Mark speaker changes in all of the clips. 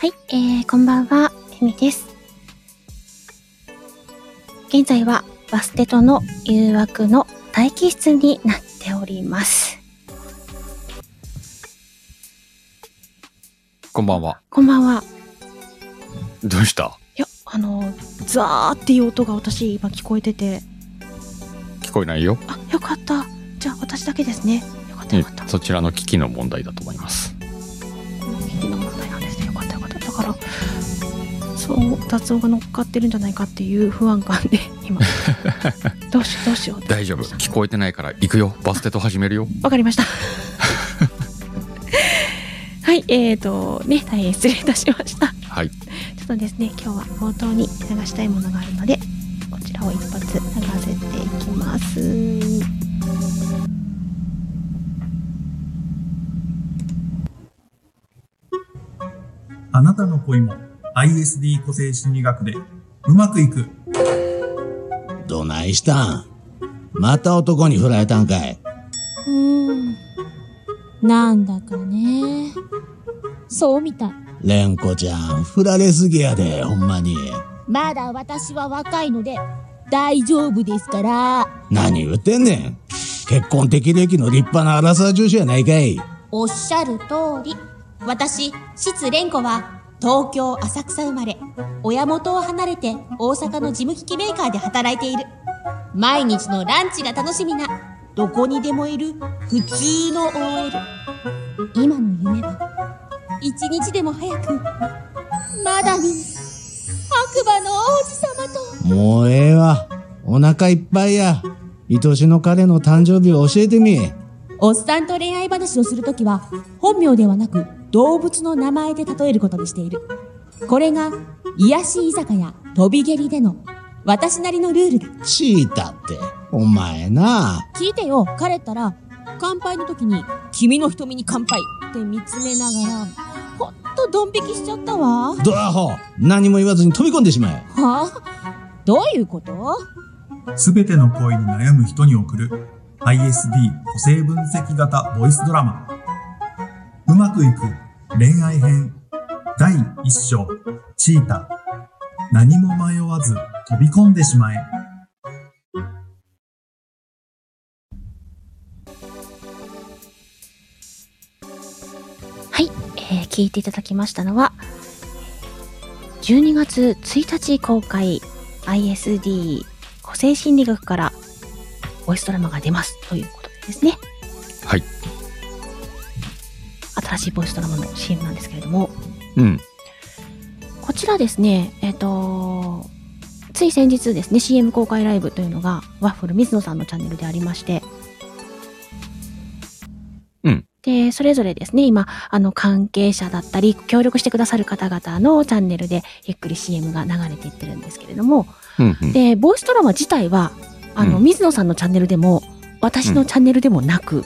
Speaker 1: はい、えー、こんばんは、エミです。現在はバステとの誘惑の待機室になっております。
Speaker 2: こんばんは。
Speaker 1: こんばんは。
Speaker 2: どうした
Speaker 1: いや、あの、ザーっていう音が私今聞こえてて、
Speaker 2: 聞こえないよ。
Speaker 1: あ、よかった。じゃあ私だけですね。よかった
Speaker 2: え
Speaker 1: よかった。
Speaker 2: そちらの機器の問題だと思います。
Speaker 1: 聞きの問題なんですね。よかったよかった。だから、そう、雑音が乗っかってるんじゃないかっていう不安感で、 今。どうしようどうしようって
Speaker 2: 大丈夫。聞こえてないから行くよ。バステと始めるよ。
Speaker 1: わかりました。はい、えーと、ね、大変失礼いたしました。ち
Speaker 2: はい。
Speaker 1: ょっとですね、今日は冒頭に流したいものがあるので、こちらを一発流せていきます。
Speaker 3: あなたの恋も ISD 個性心理学でうまくいく。
Speaker 4: どないしたんまた男に振られたんかいう
Speaker 5: ーん。なんだかね。そうみたい。
Speaker 4: レンコちゃん、振られすぎやで、ほんまに。
Speaker 5: まだ私は若いので、大丈夫ですから。
Speaker 4: 何言ってんねん。結婚適齢期の立派なアラサー女子やないかい。
Speaker 5: おっしゃる通り。私、質蓮子は、東京浅草生まれ、親元を離れて大阪の事務機器メーカーで働いている。毎日のランチが楽しみな、どこにでもいる普通の OL。今の夢は、一日でも早く、まだ見ぬ、白馬の王子様と、
Speaker 4: もうええわ。お腹いっぱいや。愛しの彼の誕生日を教えてみ。
Speaker 5: おっさんと恋愛話をするときは、本名ではなく、動物の名前で例えることにしている。これが、癒し居酒屋、飛び蹴りでの、私なりのルールだ。
Speaker 4: チータって、お前な。
Speaker 5: 聞いてよ、彼ったら、乾杯の時に、君の瞳に乾杯って見つめながら、ほんとドン引きしちゃったわ。は
Speaker 4: ドアホ何も言わずに飛び込んでしまえ。
Speaker 5: あどういうこと
Speaker 3: すべての恋に悩む人に送る ISD 個性分析型ボイスドラマ。うまくいく恋愛編第1章チータ。何も迷わず飛び込んでしまえ。
Speaker 1: はい、えー、聞いていただきましたのは、12月1日公開 ISD 個性心理学からボイスドラマが出ますということですね。
Speaker 2: はい。
Speaker 1: 新しいボイスドラマの CM なんですけれども、
Speaker 2: うん。
Speaker 1: こちらですね、えっ、と、つい先日ですね、CM 公開ライブというのが、ワッフル水野さんのチャンネルでありまして、
Speaker 2: うん。
Speaker 1: で、それぞれですね、今、あの、関係者だったり、協力してくださる方々のチャンネルで、ゆっくり CM が流れていってるんですけれども、
Speaker 2: うん、うん。
Speaker 1: で、ボイスドラマ自体は、あの、
Speaker 2: うん
Speaker 1: 水野さんのチャンネルでも、私のチャンネルでもなく、
Speaker 2: うん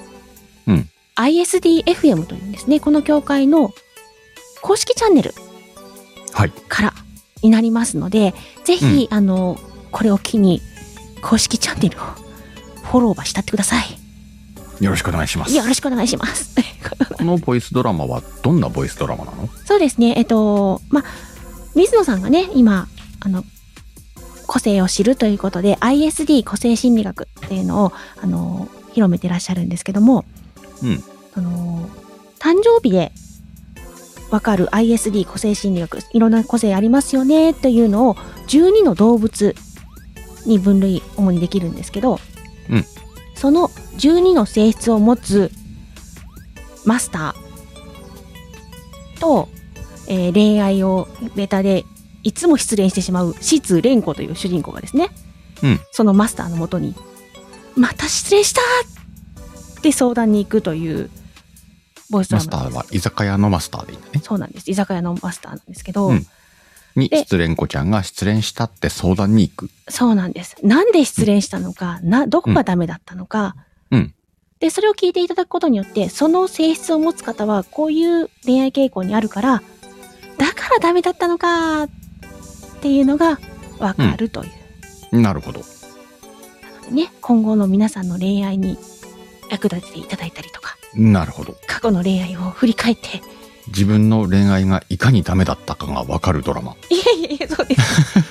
Speaker 1: ISDFM というですね、この協会の公式チャンネル
Speaker 2: はい。
Speaker 1: からになりますので、ぜひ、あの、これを機に、公式チャンネルをフォローばしたってください。
Speaker 2: よろしくお願いします。
Speaker 1: よろしくお願いします。
Speaker 2: このボイスドラマはどんなボイスドラマなの
Speaker 1: そうですね、えっと、ま、水野さんがね、今、あの、個性を知るということで、ISD 個性心理学っていうのを、あの、広めてらっしゃるんですけども、
Speaker 2: うん
Speaker 1: その、誕生日でわかる ISD 個性心理学、いろんな個性ありますよね、というのを、12の動物に分類、主にできるんですけど、
Speaker 2: うん
Speaker 1: その12の性質を持つマスターと、えー恋愛をベタでいつも失恋してしまうシツレンコという主人公がですね、
Speaker 2: うん
Speaker 1: そのマスターのもとに「また失恋した!」って相談に行くというボイスド
Speaker 2: マ
Speaker 1: ラ
Speaker 2: スタ
Speaker 1: マ
Speaker 2: ーは居酒屋のマスターでいいんだね。
Speaker 1: そうなんです居酒屋のマスターなんですけど、
Speaker 2: うんに、
Speaker 1: で
Speaker 2: 失恋子ちゃんが失恋したって相談に行く。
Speaker 1: そうなんですなんで失恋したのか、などこがダメだったのか、
Speaker 2: うん
Speaker 1: でそれを聞いていただくことによってその性質を持つ方はこういう恋愛傾向にあるからだからダメだったのかっていうのが分かるという。
Speaker 2: なるほど。
Speaker 1: ね、今後の皆さんの恋愛に役立てていただいたりとか、
Speaker 2: なるほど。
Speaker 1: 過去の恋愛を振り返って
Speaker 2: 自分の恋愛がいかにダメだったかがわかるドラマ。
Speaker 1: いえいえいえ、そうです。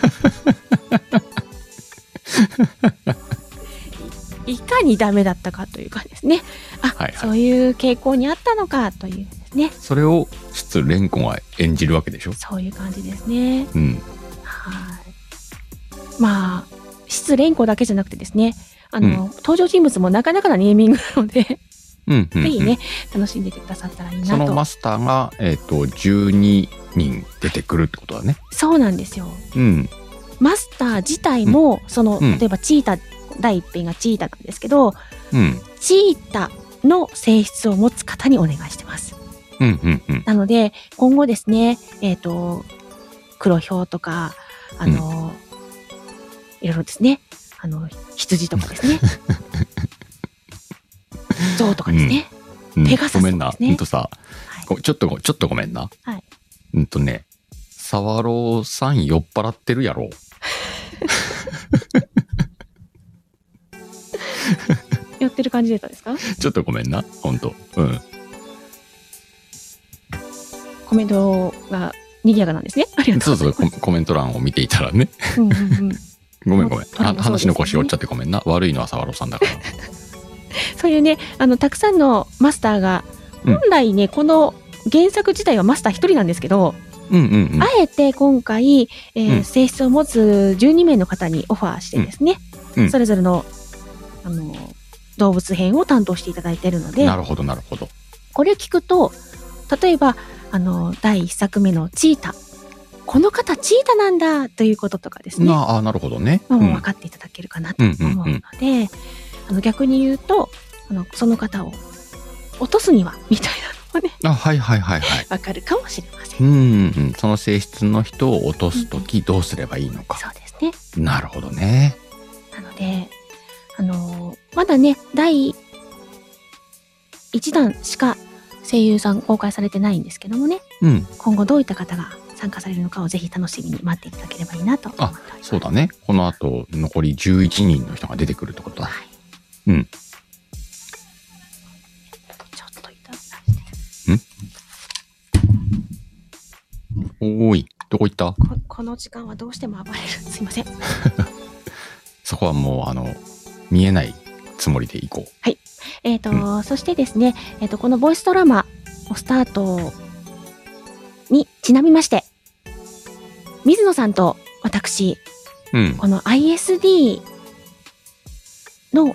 Speaker 1: いいかにダメだったかというかですね。あ、
Speaker 2: はいはい
Speaker 1: そういう傾向にあったのかというですね。
Speaker 2: それを、質蓮子が演じるわけでしょ
Speaker 1: そういう感じですね。
Speaker 2: うん。
Speaker 1: はい。まあ、失恋子だけじゃなくてですね、あの、登場人物もなかなかなネーミングなので、ぜ
Speaker 2: うん、うん。
Speaker 1: ひね、楽しんでてくださったらいい
Speaker 2: うん。
Speaker 1: な
Speaker 2: その
Speaker 1: と。
Speaker 2: マスターが、えっ、と、12人出てくるってことだね。
Speaker 1: そうなんですよ。
Speaker 2: うん。
Speaker 1: マスター自体も、その、
Speaker 2: うん
Speaker 1: 例えばチータ、第一編がチータなんですけど、
Speaker 2: うん。
Speaker 1: チータの性質を持つ方にお願いしてます。
Speaker 2: うん、うん、うん。
Speaker 1: なので、今後ですね、えっ、と、黒豹とか、あの、いろいろですね、あの、羊とかです ね、象とかですね、
Speaker 2: うん
Speaker 1: ペガサス
Speaker 2: ごめんな
Speaker 1: で。すね
Speaker 2: うんとさ、
Speaker 1: はい
Speaker 2: ごちょっとご、ちょっとごめんな。
Speaker 1: はい。
Speaker 2: うんとね、サワローさん酔っ払ってるやろ。
Speaker 1: やってる感じだったんですか
Speaker 2: ちょっとごめんな。ほんと。うん。
Speaker 1: コメントが賑やかなんですね。 ありがと
Speaker 2: そうう
Speaker 1: ござ
Speaker 2: そ、
Speaker 1: いうます。
Speaker 2: ココメント欄を見ていた らね。
Speaker 1: うんうんうん
Speaker 2: ごめんごめん。
Speaker 1: まあ
Speaker 2: は
Speaker 1: まあそうですね
Speaker 2: 話の腰折っちゃってごめんな。悪いのはサワローさんだから。
Speaker 1: そういうね、あの、たくさんのマスターが、
Speaker 2: うん
Speaker 1: 本来ね、この原作自体はマスター一人なんですけど、
Speaker 2: うんうんうん。
Speaker 1: あえて今回、えー
Speaker 2: うん
Speaker 1: 性質を持つ12名の方にオファーしてですね、
Speaker 2: うんうん
Speaker 1: それぞれのあの動物編を担当していただいているので
Speaker 2: なるほどなるほど。
Speaker 1: これを聞くと例えばあの第1作目のチータこの方チータなんだということとかですね、
Speaker 2: なあ、なるほどね。う。
Speaker 1: もうん分かっていただけるかなと
Speaker 2: うんう
Speaker 1: 思
Speaker 2: ん
Speaker 1: う
Speaker 2: う
Speaker 1: の
Speaker 2: ん
Speaker 1: で、。あの逆に言うとあのその方を落とすにはみたいなのもね
Speaker 2: あ、はいはいはいはい。
Speaker 1: 分かるかもしれません。
Speaker 2: うんうんうん。その性質の人を落とすときどうすればいいのか。
Speaker 1: そうですね
Speaker 2: なるほどね。
Speaker 1: なので、あのーまだね、第1弾しか声優さん公開されてないんですけどもね、
Speaker 2: うん。
Speaker 1: 今後どういった方が参加されるのかをぜひ楽しみに待っていただければいいなと思っております。
Speaker 2: そうだね。この後、残り11人の人が出てくるってことだ。
Speaker 1: はい。
Speaker 2: うん
Speaker 1: ちょっといただ
Speaker 2: おーい、どこ行った
Speaker 1: ここの時間はどうしても暴れる。すいません。は
Speaker 2: そこはもう、あの、見えないつもりで行こう。
Speaker 1: い。 えっ、と、そしてですね、えっ、と、このボイスドラマをスタートにちなみまして、水野さんと私、
Speaker 2: うん。
Speaker 1: この ISD の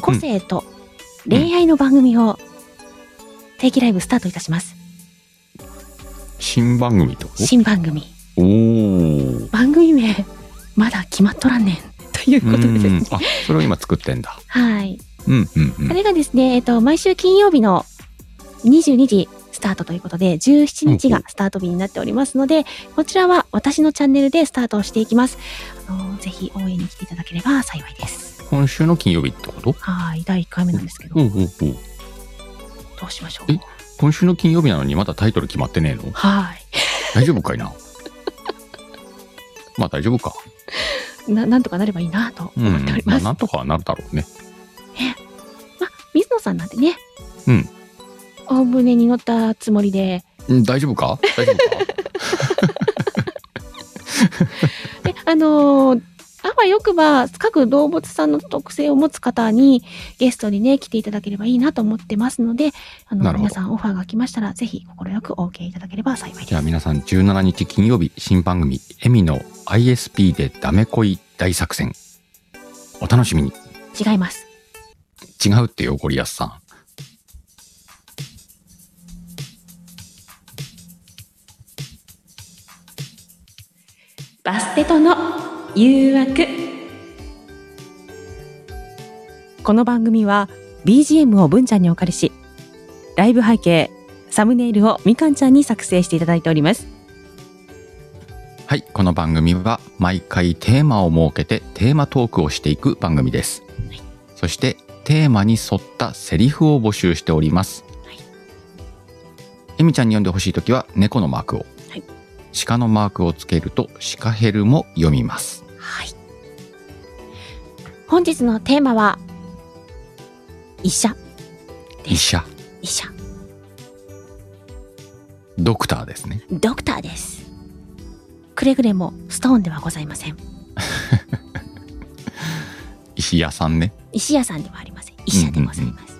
Speaker 1: 個性と恋愛の番組を定期ライブスタートいたします。
Speaker 2: 新番組ってこと
Speaker 1: 新番組。
Speaker 2: おー。
Speaker 1: 番組名、まだ決まっとらんねん。という
Speaker 2: う
Speaker 1: ことでです
Speaker 2: ん
Speaker 1: ね。
Speaker 2: あ、それを今作ってんだ。
Speaker 1: はい。
Speaker 2: うんうんう
Speaker 1: こ
Speaker 2: ん。
Speaker 1: れがですね、えっと、毎週金曜日の22時スタートということで、17日がスタート日になっておりますので、こちらは私のチャンネルでスタートをしていきます。あのぜひ応援に来ていただければ幸いです。
Speaker 2: 今週の金曜日ってこと
Speaker 1: はい。第1回目なんですけど、
Speaker 2: おう
Speaker 1: ど
Speaker 2: おうおう
Speaker 1: うしましょう
Speaker 2: え。今週の金曜日なのにまだタイトル決まってねえの
Speaker 1: はい。
Speaker 2: 大丈夫か いなまあ大丈夫か。
Speaker 1: ななんとかなればいいなと
Speaker 2: うんう
Speaker 1: 思
Speaker 2: ん
Speaker 1: っており。
Speaker 2: ま
Speaker 1: ま
Speaker 2: あ
Speaker 1: す。
Speaker 2: なんとかはなるだろうね。
Speaker 1: 水野さんなんてね、
Speaker 2: うん、
Speaker 1: 大船に乗ったつもりで
Speaker 2: うん、大丈夫か大丈夫か
Speaker 1: で、あのーあわよくば各動物さんの特性を持つ方にゲストにね来ていただければいいなと思ってますのであ
Speaker 2: な
Speaker 1: の
Speaker 2: るほど
Speaker 1: 皆さんオファーが来ましたらぜひ快くお受けいただければ幸い
Speaker 2: じ
Speaker 1: で
Speaker 2: ゃあ
Speaker 1: す。
Speaker 2: 皆さん17日金曜日新番組「エミの ISP でダメ恋大作戦」お楽しみに
Speaker 1: 違います。
Speaker 2: 違うってよゴリアスさん
Speaker 1: バステとの誘惑この番組は BGM を文ちゃんにお借りしライブ背景サムネイルをみかんちゃんに作成していただいております
Speaker 2: はいこの番組は毎回テーマを設けてテーマトークをしていく番組です、そしてテーマに沿ったセリフを募集しております、
Speaker 1: はい
Speaker 2: エミちゃんに読んでほしい時は猫のマークを、
Speaker 1: はい
Speaker 2: 鹿のマークをつけると鹿ヘルも読みます
Speaker 1: はい本日のテーマは医者
Speaker 2: 医者
Speaker 1: 医者
Speaker 2: ドクターですね。
Speaker 1: ドクターですくれぐれもストーンではございません
Speaker 2: 石屋さんね。
Speaker 1: 石屋さんではありません石屋でございます、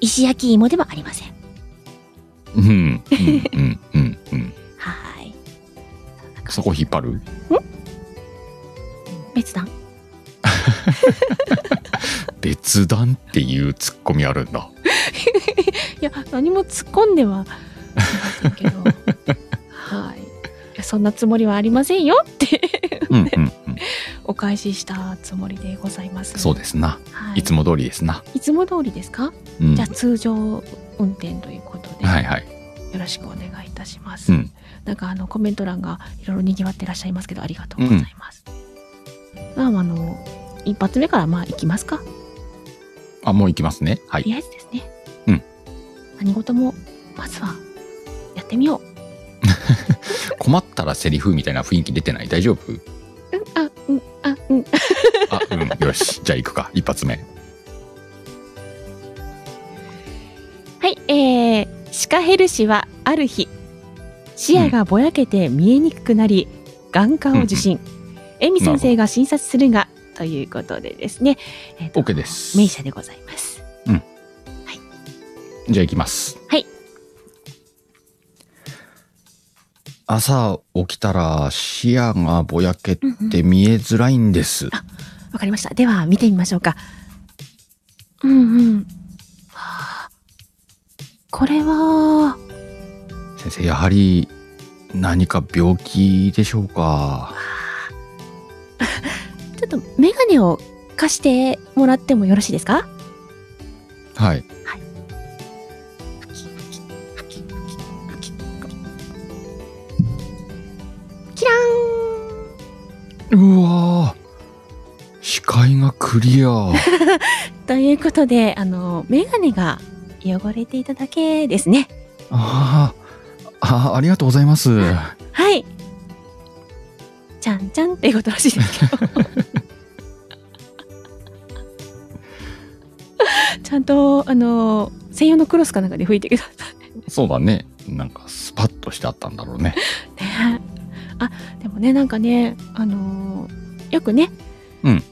Speaker 1: 石焼き芋ではありません
Speaker 2: うん、うん、うん、うん、うん。
Speaker 1: はーいんな感じ
Speaker 2: そこ引っ張る
Speaker 1: 別段
Speaker 2: 別段っていうツッコミあるんだ。
Speaker 1: いや何も突っ込んではいませんけどはいいやそんなつもりはありませんよって
Speaker 2: うん、うん、うん。
Speaker 1: お返ししたつもりでございます
Speaker 2: そうですな。
Speaker 1: はい、
Speaker 2: いつも通りですな。
Speaker 1: いつも通りですか、
Speaker 2: うん。
Speaker 1: じゃあ通常運転ということで、
Speaker 2: はいはい。
Speaker 1: よろしくお願いいたします、
Speaker 2: うん。
Speaker 1: なんかあのコメント欄がいろいろにぎわってらっしゃいますけどありがとうございます、まああの一発目からまあ行きますか
Speaker 2: あ、もう行きますね。は
Speaker 1: とり
Speaker 2: い。
Speaker 1: あえずですね、
Speaker 2: うん
Speaker 1: 何事もまずはやってみよう
Speaker 2: 困ったらセリフみたいな雰囲気出てない大丈夫
Speaker 1: うんあうんあうん
Speaker 2: あ、うん。よし。じゃあ行くか。一発目。
Speaker 1: はい、えー、シカヘル氏はある日視野がぼやけて見えにくくなり、眼科を受診、エミ先生が診察するがということでですね、えーと
Speaker 2: OK です
Speaker 1: 名車でございます
Speaker 2: じゃあ行きます。
Speaker 1: はい。
Speaker 2: 朝起きたら視野がぼやけて見えづらいんです。
Speaker 1: わかりましたでは見てみましょうかうんうんはあこれは
Speaker 2: 先生、やはり何か病気でしょうか
Speaker 1: ちょっとメガネを貸してもらってもよろしいですか
Speaker 2: はい。
Speaker 1: キラ
Speaker 2: うわー視界がクリア。
Speaker 1: ーンということであのメガネが汚れていただけですね
Speaker 2: あーあー、ありがとうございます。
Speaker 1: はい。ちゃんちゃんっていうことらしいですけど。 ちゃんと、あの、専用のクロスかなんかで拭いてくださ
Speaker 2: そうだね。なんかスパッとしてあったんだろうね。
Speaker 1: いね。あ、でもね、なんかね、あの、よくね、
Speaker 2: うん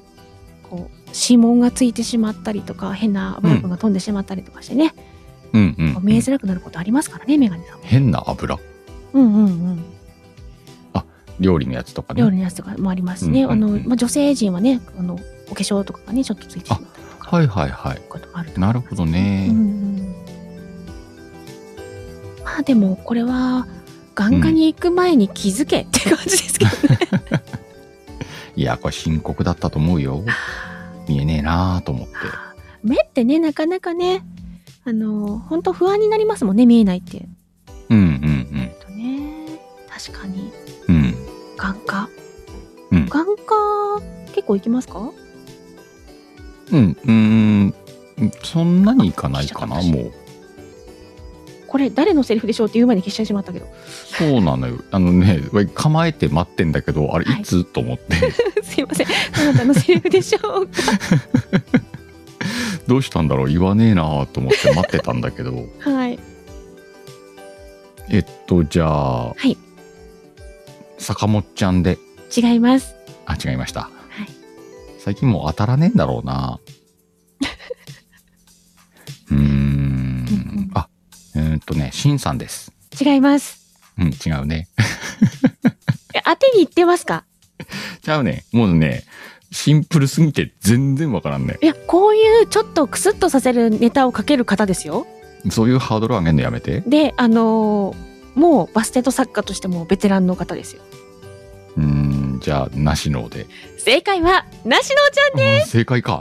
Speaker 1: こう、指紋がついてしまったりとか、変な油分が飛んでしまったりとかしてね、
Speaker 2: うんう。
Speaker 1: こうん見えづらくなることありますからね、メガネさんも。
Speaker 2: 変な油
Speaker 1: うんうんうん。
Speaker 2: 料理のやつとかね。
Speaker 1: 料理のやつとかもありますね。
Speaker 2: うんう
Speaker 1: あ
Speaker 2: んうん
Speaker 1: の、まあ、女性陣はね、あの、お化粧とかがね、ちょっとついてしまったりとか。
Speaker 2: はいはいはい。
Speaker 1: こともあると思います
Speaker 2: なるほどね。
Speaker 1: うんうんまあでもこれは眼科に行く前に気づけって感じですけどね、
Speaker 2: いや、これ深刻だったと思う よ。見えねえなあと思って。
Speaker 1: 目ってねなかなかねあの本当不安になりますもんね見えないっていう
Speaker 2: うんうん
Speaker 1: とね確かに
Speaker 2: うん。うん。
Speaker 1: 眼科、
Speaker 2: うん
Speaker 1: 眼科結構行きますか
Speaker 2: うん、うん、そんなにいかないかな、
Speaker 1: あ
Speaker 2: もう。
Speaker 1: これ誰のセリフでしょうって言う前に消してしまったけど
Speaker 2: そうなのよ。あのね、構えて待ってんだけど、あれ、
Speaker 1: はい
Speaker 2: いつと思って、
Speaker 1: すいませんあなたのセリフでしょうか
Speaker 2: どうしたんだろう、言わねえなあと思って待ってたんだけど、
Speaker 1: はい
Speaker 2: えっと、じゃあ、
Speaker 1: はい
Speaker 2: 坂本ちゃんで、
Speaker 1: 違います
Speaker 2: あ、違いました。
Speaker 1: はい
Speaker 2: 最近もう当たらねえんだろ うな。うー
Speaker 1: うんうん
Speaker 2: ん。あ、うーんとね、しんさんです。
Speaker 1: 違います
Speaker 2: うん、違うね。
Speaker 1: え当てに行ってますか
Speaker 2: ちゃうね。もうね、シンプルすぎて全然わからんね。
Speaker 1: いやこういうちょっとクスッとさせるネタをかける方ですよ
Speaker 2: そういうハードル上げるのやめて。
Speaker 1: であのーもうバステット作家としてもベテランの方ですよ
Speaker 2: うーん、じゃあ、なしので。
Speaker 1: 正解はなしのちゃ
Speaker 2: うん正解か。
Speaker 1: ん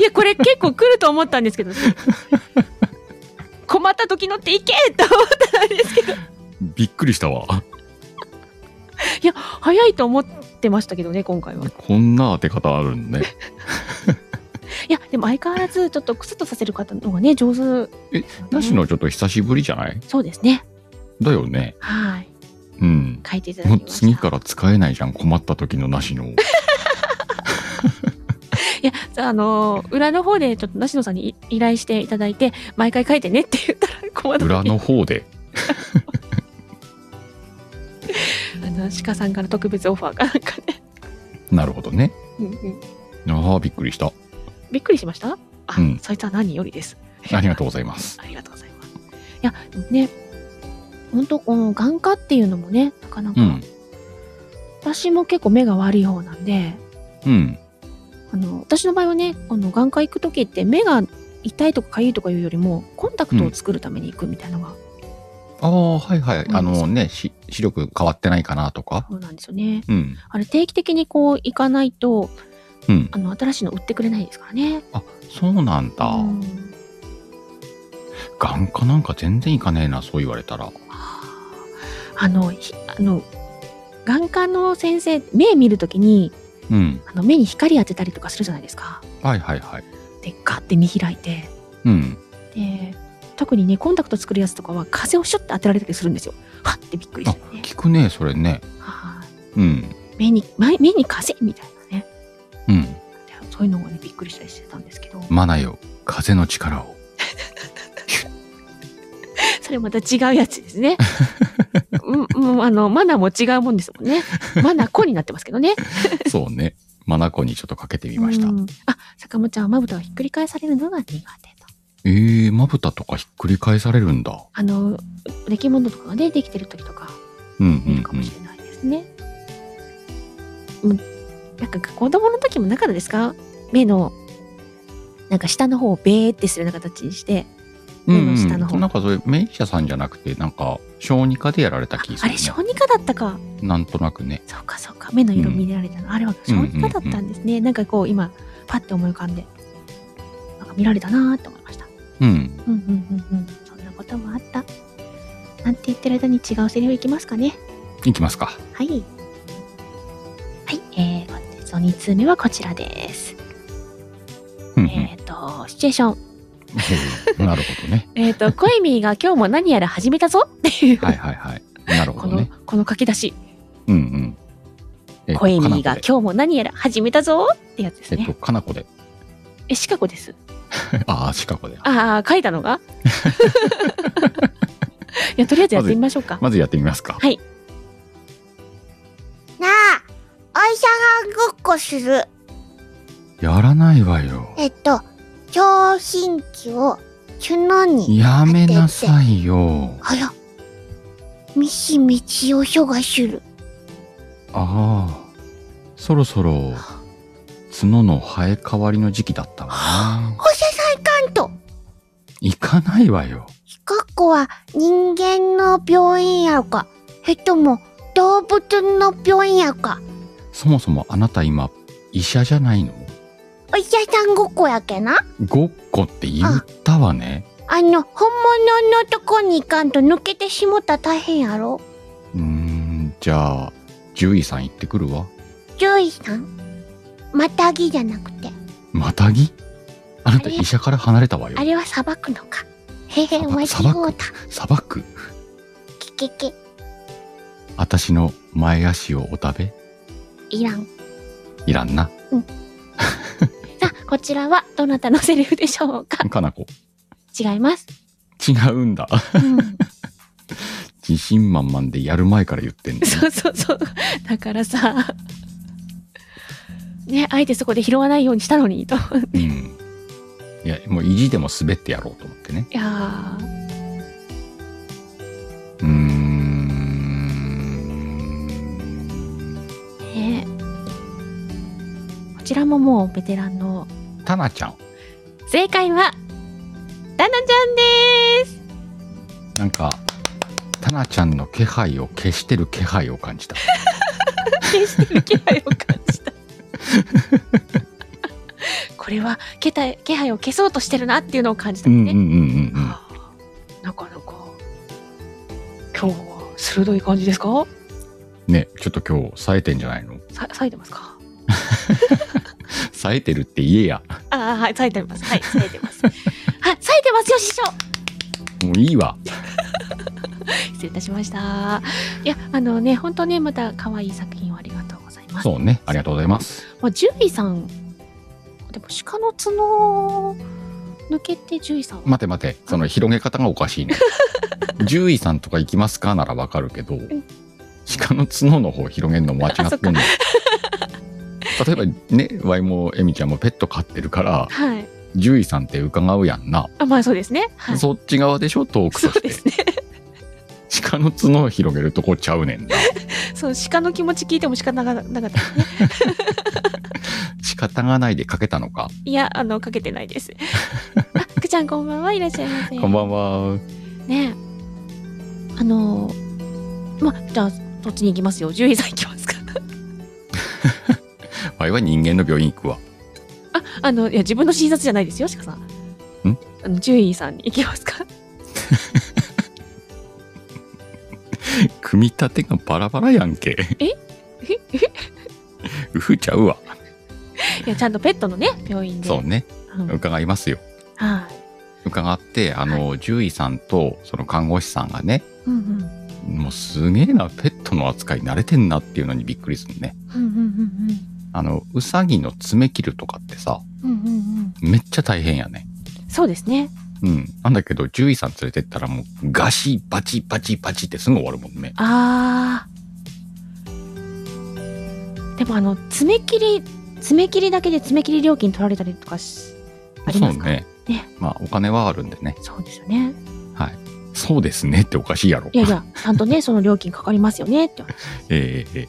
Speaker 1: いやこれ結構来ると思ったんですけど困った時乗っていけと思ったんですけど
Speaker 2: びっくりしたわ。
Speaker 1: 早いと思ってましたけどね今回は
Speaker 2: こんな当て方あるんね。
Speaker 1: いやでも相変わらずちょっとクスッとさせる方の方がね上手
Speaker 2: えなしのちょっと久しぶりじゃない
Speaker 1: そうですね
Speaker 2: だよね。
Speaker 1: はい
Speaker 2: うん。
Speaker 1: 書いていただき
Speaker 2: もう
Speaker 1: ました
Speaker 2: 次から使えないじゃん。困った時のなしの。
Speaker 1: いや、あのー裏の方でちょっと梨野さんに依頼していただいて、毎回書いてねって言ったら困惑
Speaker 2: 裏の方で。
Speaker 1: あの、鹿さんから特別オファーがなんかね。
Speaker 2: なるほどね。
Speaker 1: うんうん
Speaker 2: ああ、びっくり した。
Speaker 1: びっくりしましたあ、
Speaker 2: うん
Speaker 1: そいつは何よりです。
Speaker 2: ありがとうございます。
Speaker 1: ありがとうございます。いや、ね、本当この眼科っていうのもね、なかなか、
Speaker 2: うん。
Speaker 1: 私も結構目が悪い方なんで、
Speaker 2: うん。
Speaker 1: あの、私の場合はね、この眼科行く時って目が痛いとか痒いとかいうよりも、コンタクトを作るために行くみたいなのが、
Speaker 2: ああ、はいはい。
Speaker 1: うん
Speaker 2: あのね、し視力変わってないかなとか。
Speaker 1: そうなんですよね。
Speaker 2: うん。
Speaker 1: あれ定期的にこう行かないと、
Speaker 2: うん。
Speaker 1: あの、新しいの売ってくれないですからね。
Speaker 2: あ、そうなんだ。
Speaker 1: うん
Speaker 2: 眼科なんか全然行かねえな、そう言われたら。
Speaker 1: あの、ひあの、眼科の先生、目見るときに、
Speaker 2: うん。
Speaker 1: あの、目に光当てたりとかするじゃないですか。
Speaker 2: はいはいはい。
Speaker 1: で、ガッて見開いて。
Speaker 2: うん。
Speaker 1: で、特にね、コンタクト作るやつとかは、風をシュッて当てられたりするんですよ。はっってびっくりし
Speaker 2: あ
Speaker 1: て、ね。
Speaker 2: 聞くね、それね。
Speaker 1: はい
Speaker 2: うん。
Speaker 1: 目に、前目に風みたいなね。
Speaker 2: うん。
Speaker 1: でそういうのがね、びっくりしたりしてたんですけど、
Speaker 2: マナよ、風の力を。
Speaker 1: それまた違うやつです ね。うん、うん、あの、マナーも違うもんですもんね。マナー子になってますけどね。
Speaker 2: そうね。マナコにちょっとかけてみました
Speaker 1: う。んあ、坂本ちゃんはまぶたをひっくり返されるのが苦手と。
Speaker 2: えー、まぶたとかひっくり返されるんだ。
Speaker 1: あの、出来物とかがね、できてる時とか、
Speaker 2: うんう
Speaker 1: いる
Speaker 2: ん
Speaker 1: か
Speaker 2: う
Speaker 1: も
Speaker 2: ん
Speaker 1: し。れないですね。うん。なんか子供の時もなかったですか目の、なんか下の方をベーってするような形にして、目の下の方
Speaker 2: うんうん、なんかそれ、メイシャさんじゃなくて、なんか、小児科でやられた
Speaker 1: あ
Speaker 2: 気がす
Speaker 1: あ
Speaker 2: る、
Speaker 1: れ
Speaker 2: ね。
Speaker 1: 小児科だったか。
Speaker 2: なんとなくね。
Speaker 1: そうかそうか。目の色見られたの。あれは小児科だったんですね。なんかこう今、パッて思い浮かんで、なんか見られたなーって思いました。
Speaker 2: うん。
Speaker 1: うんうんうんうん。そんなこともあった。なんて言ってる間に違うセリフいきますかね。
Speaker 2: いきますか。
Speaker 1: はい。はい、えー、本日の2通目はこちらです。
Speaker 2: うんうん
Speaker 1: えっ、と、シチュエーション。
Speaker 2: うん なるほどね。
Speaker 1: えっ、と、 コエミーが今日も何やら始めたぞっていう、
Speaker 2: はいはいはい。なる
Speaker 1: こ
Speaker 2: ほど
Speaker 1: の、
Speaker 2: ね。
Speaker 1: この書き出し。
Speaker 2: うんうん。えっと
Speaker 1: コエミーが
Speaker 2: かなこで
Speaker 1: 今日も何やら始めたぞってやつです
Speaker 2: えっと、
Speaker 1: ね。
Speaker 2: かなこで。
Speaker 1: え、シカゴです。
Speaker 2: ああ、シカゴで。
Speaker 1: ああ、書いたの がいや、とりあえずやってみましょうか。
Speaker 2: まずやってみますか。
Speaker 6: なあ、お医者さんごっこする。
Speaker 2: やらないわよ。
Speaker 6: えっと、聴診器を角に。
Speaker 2: やめなさいよ。
Speaker 6: あら、ミシミチを所がする。
Speaker 2: ああ、そろそろ、角の生え変わりの時期だったわな。
Speaker 6: お医者さんいかんと。
Speaker 2: 行かないわよ。
Speaker 6: かっこは人間の病院やろか。えっとも、動物の病院やろか。
Speaker 2: そもそもあなた今、医者じゃないの
Speaker 6: お医者さんごっこやけな。
Speaker 2: ごっこって言ったわね。
Speaker 6: あの、本物のとこに行かんと抜けてしもたら大変やろ。
Speaker 2: うーん、じゃあ、獣医さん行ってくるわ。
Speaker 6: 獣医さんまたぎじゃなくて。
Speaker 2: またぎあなた
Speaker 6: あれ
Speaker 2: 医者から離れたわよ
Speaker 6: あ。れは裁くのか。へへ、
Speaker 2: ば
Speaker 6: 間違うた。
Speaker 2: 砂漠
Speaker 6: けけけ、
Speaker 2: 私の前足をお食べ
Speaker 6: いらん。
Speaker 2: いらんな。
Speaker 1: さあ、こちらはどなたのセリフでしょうか
Speaker 2: かなこ。
Speaker 1: 違います。
Speaker 2: 違うんだ。
Speaker 1: うん、
Speaker 2: 自信満々でやる前から言ってんの ね。
Speaker 1: そうそうそう。だからさ、ね、あえてそこで拾わないようにしたのに、と。い
Speaker 2: うん。いや、もう意地でも滑ってやろうと思ってね。
Speaker 1: やー
Speaker 2: うーん。
Speaker 1: ねこちらももうベテランの
Speaker 2: タナちゃん。
Speaker 1: 正解は、ダナちゃんです。
Speaker 2: なんか、タナちゃんの気配を消してる気配を 感じた。
Speaker 1: 決 してる気配を感じた。これは気配気配を消そうとしてるなっていうのを感じた
Speaker 2: う
Speaker 1: の
Speaker 2: んうん
Speaker 1: ね。
Speaker 2: うんうんうん。
Speaker 1: はあなかなか、今日は鋭い感じですか
Speaker 2: ね、ちょっと今日冴えてんじゃないの
Speaker 1: さ冴えてますか
Speaker 2: 冴えてるって言えや。
Speaker 1: ああ、はい、冴えてます。はい、冴えて ます。はい、冴えてますよ、師匠
Speaker 2: もういいわ。
Speaker 1: 失礼いたしました。いや、あのね、本当ね、また可愛い作品をありがとうございます。
Speaker 2: そうね。ありがとうございます。
Speaker 1: まあ、獣医さんでも鹿の角抜けて獣医さんは
Speaker 2: 待て待て、その広げ方がおか しいね。獣医さんとか行きますかならわかるけど、鹿の角の方広げるの間違ってんの。例えばね、ワイもエミちゃんもペット飼ってるから、
Speaker 1: はい
Speaker 2: 獣医さんって伺うやんな。
Speaker 1: あまあそうですねはい
Speaker 2: そっち側でしょ、トーク
Speaker 1: そ
Speaker 2: と
Speaker 1: う
Speaker 2: して
Speaker 1: で。すね
Speaker 2: 鹿の角を広げるとこちゃうねんな。
Speaker 1: そう鹿の気持ち聞いても仕方がなか ったですね
Speaker 2: 仕方がないでかけたのか。
Speaker 1: いやあのかけてないです あくちゃんこんばんはいらっしゃいませ
Speaker 2: こんばんは。
Speaker 1: ねえあのまあじゃあそっちに行きますよ獣医さん行きますか
Speaker 2: ワイは人間の病院行くわ。
Speaker 1: ああのいや自分の診察じゃないですよ鹿さん
Speaker 2: ん
Speaker 1: あの獣医さんに行きますか
Speaker 2: 組み立てがバラバラやんけ。 うふちゃうわ。
Speaker 1: いやちゃんとペットのね病院で
Speaker 2: そうね。
Speaker 1: うん
Speaker 2: 伺いますよ。
Speaker 1: はい
Speaker 2: 伺って、あの、獣医さんとその看護師さんがね、
Speaker 1: うんうん
Speaker 2: もうすげえな、ペットの扱い慣れてんなっていうのにびっくりするね。
Speaker 1: うんうん
Speaker 2: あの、うさぎの爪切るとかってさ、
Speaker 1: うんうんうんうん
Speaker 2: めっちゃ大変やね。
Speaker 1: うんそうですね
Speaker 2: うん。なんだけど、獣医さん連れてったらもう、ガシバチバチバチってすぐ終わるもんね。
Speaker 1: あーでもあの爪切り爪切りだけで爪切り料金取られたりとかしあり
Speaker 2: そ
Speaker 1: ま
Speaker 2: う
Speaker 1: すか
Speaker 2: ね。
Speaker 1: ね
Speaker 2: まあ、お金はあるんでね。
Speaker 1: そうですよね
Speaker 2: はい。そうですねっておかしいやろ。
Speaker 1: いやい やちゃんとねその料金かかりますよねって
Speaker 2: ええ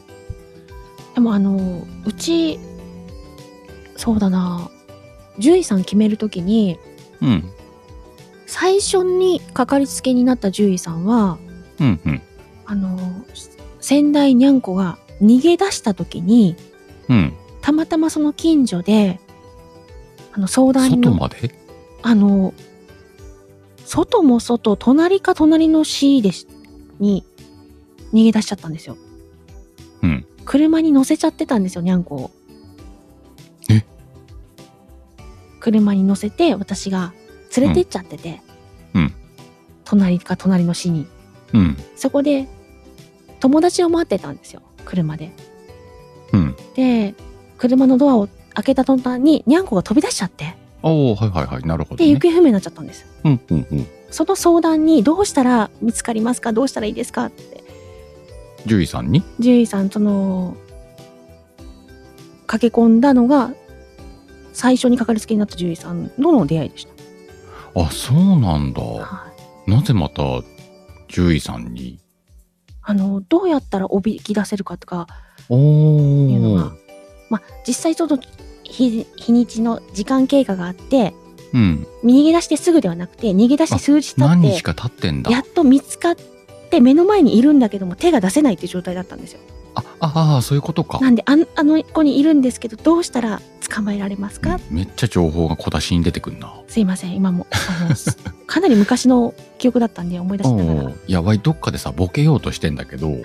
Speaker 2: ええ
Speaker 1: でもあのうちそうだな獣医さん決めるときに
Speaker 2: うん。
Speaker 1: 最初にかかりつけになった獣医さんは
Speaker 2: うんうん。
Speaker 1: あの仙台にゃんこが逃げ出したときに
Speaker 2: うん。
Speaker 1: たまたまその近所であの相談
Speaker 2: 外
Speaker 1: の
Speaker 2: まで
Speaker 1: あの、外も外、隣か隣の市でし、に逃げ出しちゃったんですよ。
Speaker 2: うん
Speaker 1: 車に乗せちゃってたんですよ、にゃんこを。
Speaker 2: え
Speaker 1: 車に乗せて、私が連れてっちゃってて。
Speaker 2: うんうん
Speaker 1: 隣か隣の市に。
Speaker 2: うん。
Speaker 1: そこで、友達を待ってたんですよ、車で。
Speaker 2: うん。
Speaker 1: で、車のドアを開けた途端に、にゃんこが飛び出しちゃって、
Speaker 2: おおはいはいはい。なるほど、
Speaker 1: で、
Speaker 2: ね。
Speaker 1: 行方不明になっちゃったんです。
Speaker 2: うんうんうん。
Speaker 1: その相談にどうしたら見つかりますかどうしたらいいですかって
Speaker 2: 獣医さんに
Speaker 1: 獣医さんその駆け込んだのが最初にかかりつけになった獣医さんとの出会いでし
Speaker 2: あ、そうなんだ。
Speaker 1: た、はい、
Speaker 2: なぜまた、獣医さんに
Speaker 1: あのどうやったらおびき出せるかとか
Speaker 2: お
Speaker 1: いうの
Speaker 2: お
Speaker 1: が。まあ実際ちょっと日日にちの時間経過があって
Speaker 2: うん。
Speaker 1: 逃げ出してすぐではなくて逃げ出して数日
Speaker 2: 何
Speaker 1: 経っ
Speaker 2: 日
Speaker 1: て
Speaker 2: か経ってんだ。
Speaker 1: やっと見つかって目の前にいるんだけども手が出せないっていう状態だったんですよ
Speaker 2: あ、ああ、そういうことか。
Speaker 1: なんであんあの子にいるんですけどどうしたら捕まえられますか、
Speaker 2: うんめっちゃ情報が小出しに出てくんな。
Speaker 1: すいません今もあの すかなり昔の記憶だったんで思い出し
Speaker 2: お
Speaker 1: ながら
Speaker 2: お
Speaker 1: は
Speaker 2: ー。やばい、どっかでさ、ボケようとしてんだけど、
Speaker 1: い
Speaker 2: もう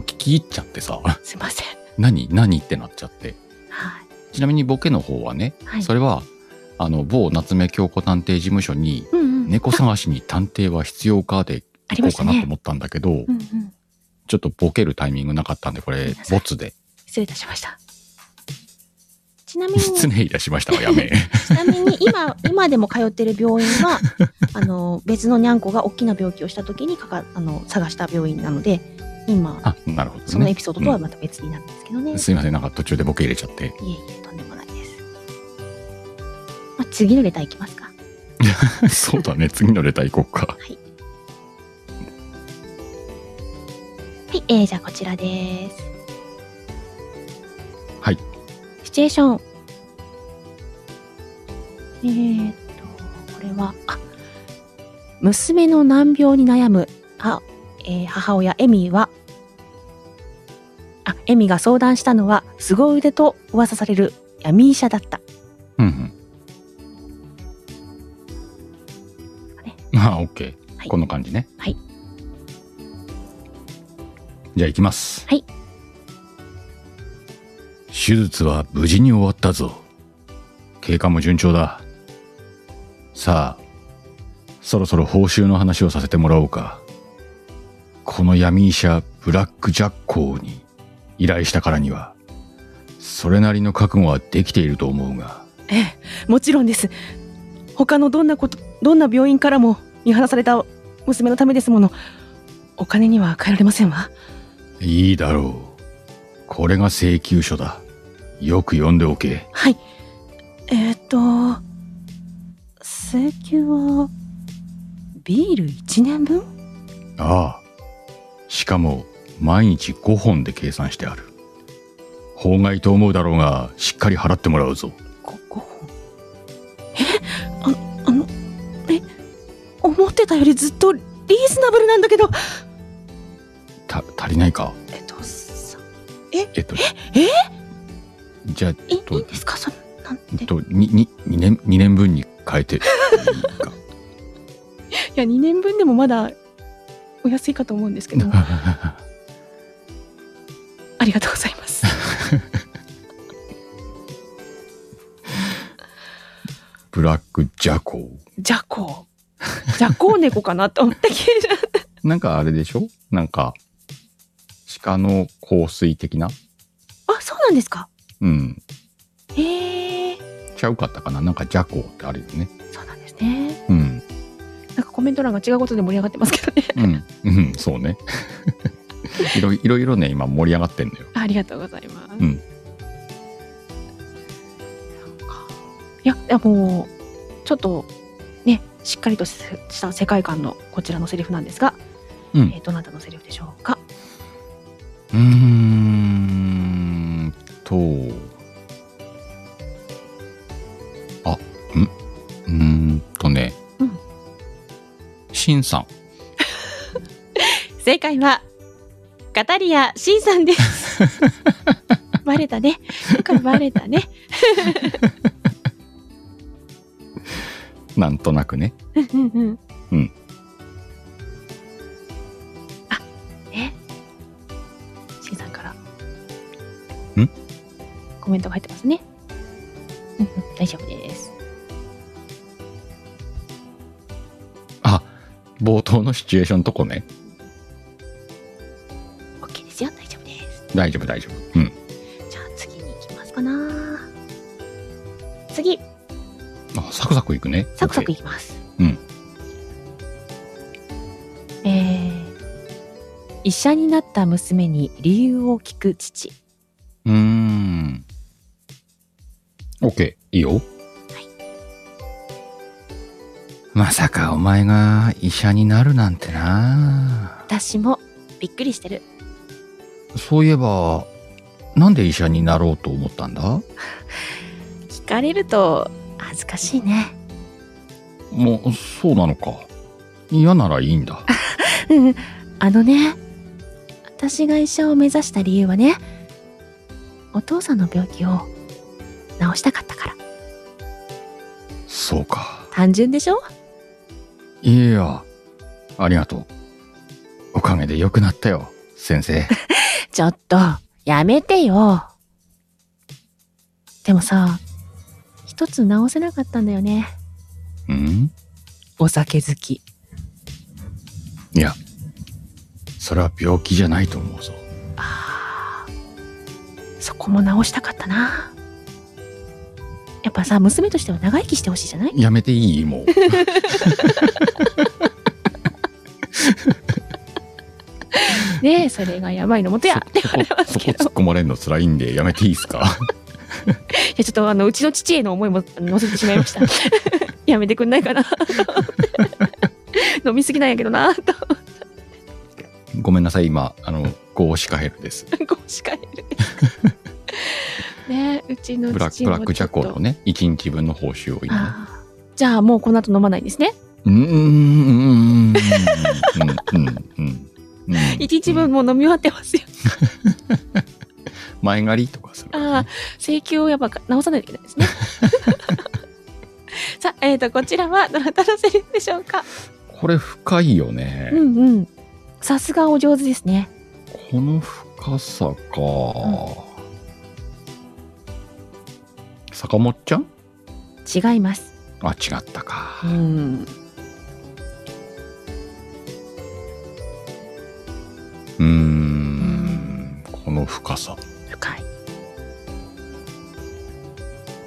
Speaker 2: 聞き入っちゃってさ、
Speaker 1: すいません
Speaker 2: 何何ってなっちゃって。
Speaker 1: はい
Speaker 2: ちなみにボケの方はね、
Speaker 1: はい
Speaker 2: それは、あの、某夏目京子探偵事務所に、
Speaker 1: うんうん
Speaker 2: 猫探しに探偵は必要かで
Speaker 1: あり
Speaker 2: 行こ
Speaker 1: ま
Speaker 2: う
Speaker 1: した
Speaker 2: かなと
Speaker 1: ね
Speaker 2: 思ったんだけど、
Speaker 1: うんうん
Speaker 2: ちょっとボケるタイミングなかったんで、これ、ボツで。
Speaker 1: 失礼いたしましたちなみ にち
Speaker 2: 失礼いたしましたわ、やめ。
Speaker 1: なみに今今でも通ってる病院はあの別のにゃんこが大きな病気をした時にかかあの探した病院なので今
Speaker 2: あ、なるほど
Speaker 1: そのエ
Speaker 2: ね。
Speaker 1: ピソードとはまた別になるんですけどね、
Speaker 2: すいません、なんか途中でボケ入れちゃって。
Speaker 1: いえ いえとんでもないです、まあ、次のレターいきますか
Speaker 2: そうだね、次のレター行こう
Speaker 1: は
Speaker 2: か。
Speaker 1: い、えー、じゃあこちらです。
Speaker 2: はい。
Speaker 1: シチュエーション。えー、っと、これは、あ、娘の難病に悩む、あ、えー母親エミは、あ、エミが相談したのは、凄腕と噂される闇医者だった。
Speaker 2: うんうん。まあ、オッケ
Speaker 1: は
Speaker 2: ー。
Speaker 1: い
Speaker 2: こんな感じね。
Speaker 1: はい。
Speaker 2: じゃあ行きます。
Speaker 1: はい。
Speaker 2: 手術は無事に終わったぞ。経過も順調だ。さあ、そろそろ報酬の話をさせてもらおうか。この闇医者ブラックジャッコーに依頼したからには、それなりの覚悟はできていると思うが。
Speaker 1: もちろんです他のどんなことどんな病院からも見放された娘のためですものお金には変えられませんわ
Speaker 2: いいだろう。これが請求書だ。よく読んでおけ。
Speaker 1: はいえー、っと請求はビール1年分
Speaker 2: ああ。しかも、毎日5本で計算してある。法外と思うだろうが、しっかり払ってもらうぞ。
Speaker 1: 5本えああのえ思ってたよりずっとリーズナブルなんだけど
Speaker 2: た、足りないか
Speaker 1: えっとさ
Speaker 2: えっと。
Speaker 1: え
Speaker 2: じゃあ、
Speaker 1: い
Speaker 2: え
Speaker 1: い
Speaker 2: っと
Speaker 1: いんですかそんなん
Speaker 2: え
Speaker 1: て
Speaker 2: っと、に、に、2年、二年分に変 えていいか。
Speaker 1: いや、2年分でもまだお安いかと思うんですけ ど、ありがとうございます。
Speaker 2: ブラックジャコ
Speaker 1: じゃこう。じゃこう猫かなと思って聞いちゃう。
Speaker 2: なんかあれでしょなんか、鹿の香水的な
Speaker 1: あ、そうなんですか。
Speaker 2: うん。
Speaker 1: へえー、
Speaker 2: ちゃうかったかななんかジャコってあるよね。
Speaker 1: そうなんですね。
Speaker 2: うん。
Speaker 1: なんかコメント欄が違うことで盛り上がってますけどね。
Speaker 2: うん。うん、そうね。 いろいろいろね、今盛り上がってんのよ。
Speaker 1: ありがとうございます。
Speaker 2: うん
Speaker 1: なんかいや、いやもう、ちょっと、ね、しっかりとせした世界観のこちらのセリフなんですが、
Speaker 2: うん
Speaker 1: えーどなたのセリフでしょうか。
Speaker 2: うーんと。あ、んうーんとね。
Speaker 1: うん
Speaker 2: シンさん。
Speaker 1: 正解は、カタリア・シンさんです。 バレたね。今回バレたね。
Speaker 2: なんとなくね。
Speaker 1: うんうん
Speaker 2: う
Speaker 1: うんん。あ、えシンさんから。
Speaker 2: ん
Speaker 1: コメントが入ってますね。うんうん、大丈夫です。
Speaker 2: あ、冒頭のシチュエーションとこね。
Speaker 1: OK ですよ。大丈夫です。
Speaker 2: 大丈夫、大丈夫。うん。
Speaker 1: じゃあ次に行きますかな。次、
Speaker 2: あ、サクサクいくね。
Speaker 1: サクサク
Speaker 2: OK
Speaker 1: いきます。
Speaker 2: うん。
Speaker 1: えー、医者になった娘に理由を聞く父。
Speaker 2: うーん。OK、いいよ。まさかお前が医者になるなんてな
Speaker 1: 私もびっくりしてる。
Speaker 2: そういえば、なんで医者になろうと思ったんだ
Speaker 1: 聞かれると恥ずかしいね。
Speaker 2: もう、そうなのか。嫌ならいいんだ。
Speaker 1: うん。あのね、私が医者を目指した理由はね、お父さんの病気を治したかったから。
Speaker 2: そうか。
Speaker 1: 単純でしょ
Speaker 2: いや、ありがとう。おかげで良くなったよ、先生。
Speaker 1: ちょっと、やめてよ。でもさ、一つ直せなかったんだよね。
Speaker 2: うん
Speaker 1: お酒好き。
Speaker 2: いや、それは病気じゃないと思うぞ。
Speaker 1: あーそこも直したかったな。やっぱさ、娘としては長生きしてほしいじゃ ない
Speaker 2: やめていいもう。
Speaker 1: ねえ、それが病のもとや。
Speaker 2: そそこそこ突っ込まれるの辛いんで、やめていいですか
Speaker 1: いやちょっとあのうちの父への思いもあの乗せてしまいました やめてくんないかなと思って飲みすぎなんやけどなと
Speaker 2: ごめんなさい、今、あの、ゴーシカヘルです。
Speaker 1: こうしか言えないねえうちの
Speaker 2: ブラッ
Speaker 1: 父
Speaker 2: ク、ブ
Speaker 1: も
Speaker 2: ラックジャコ
Speaker 1: ちょっ
Speaker 2: の
Speaker 1: と
Speaker 2: ね、1日分の報酬を今ね。
Speaker 1: あーじゃあもうこの後飲まないんですね
Speaker 2: うーんうんうんうんうんうん
Speaker 1: 一日分もう飲み終わってますよ
Speaker 2: 前借りとかするからね、
Speaker 1: ああ請求をやっぱ直さないといけないで すねさあえっ、とこちらはどなたのセリフでしょうか
Speaker 2: これ深いよね、
Speaker 1: うんうんさすがお上手ですね
Speaker 2: この深さか、坂本ちゃん
Speaker 1: 違います
Speaker 2: あ違ったか、
Speaker 1: うん
Speaker 2: うーんこの深さ
Speaker 1: 深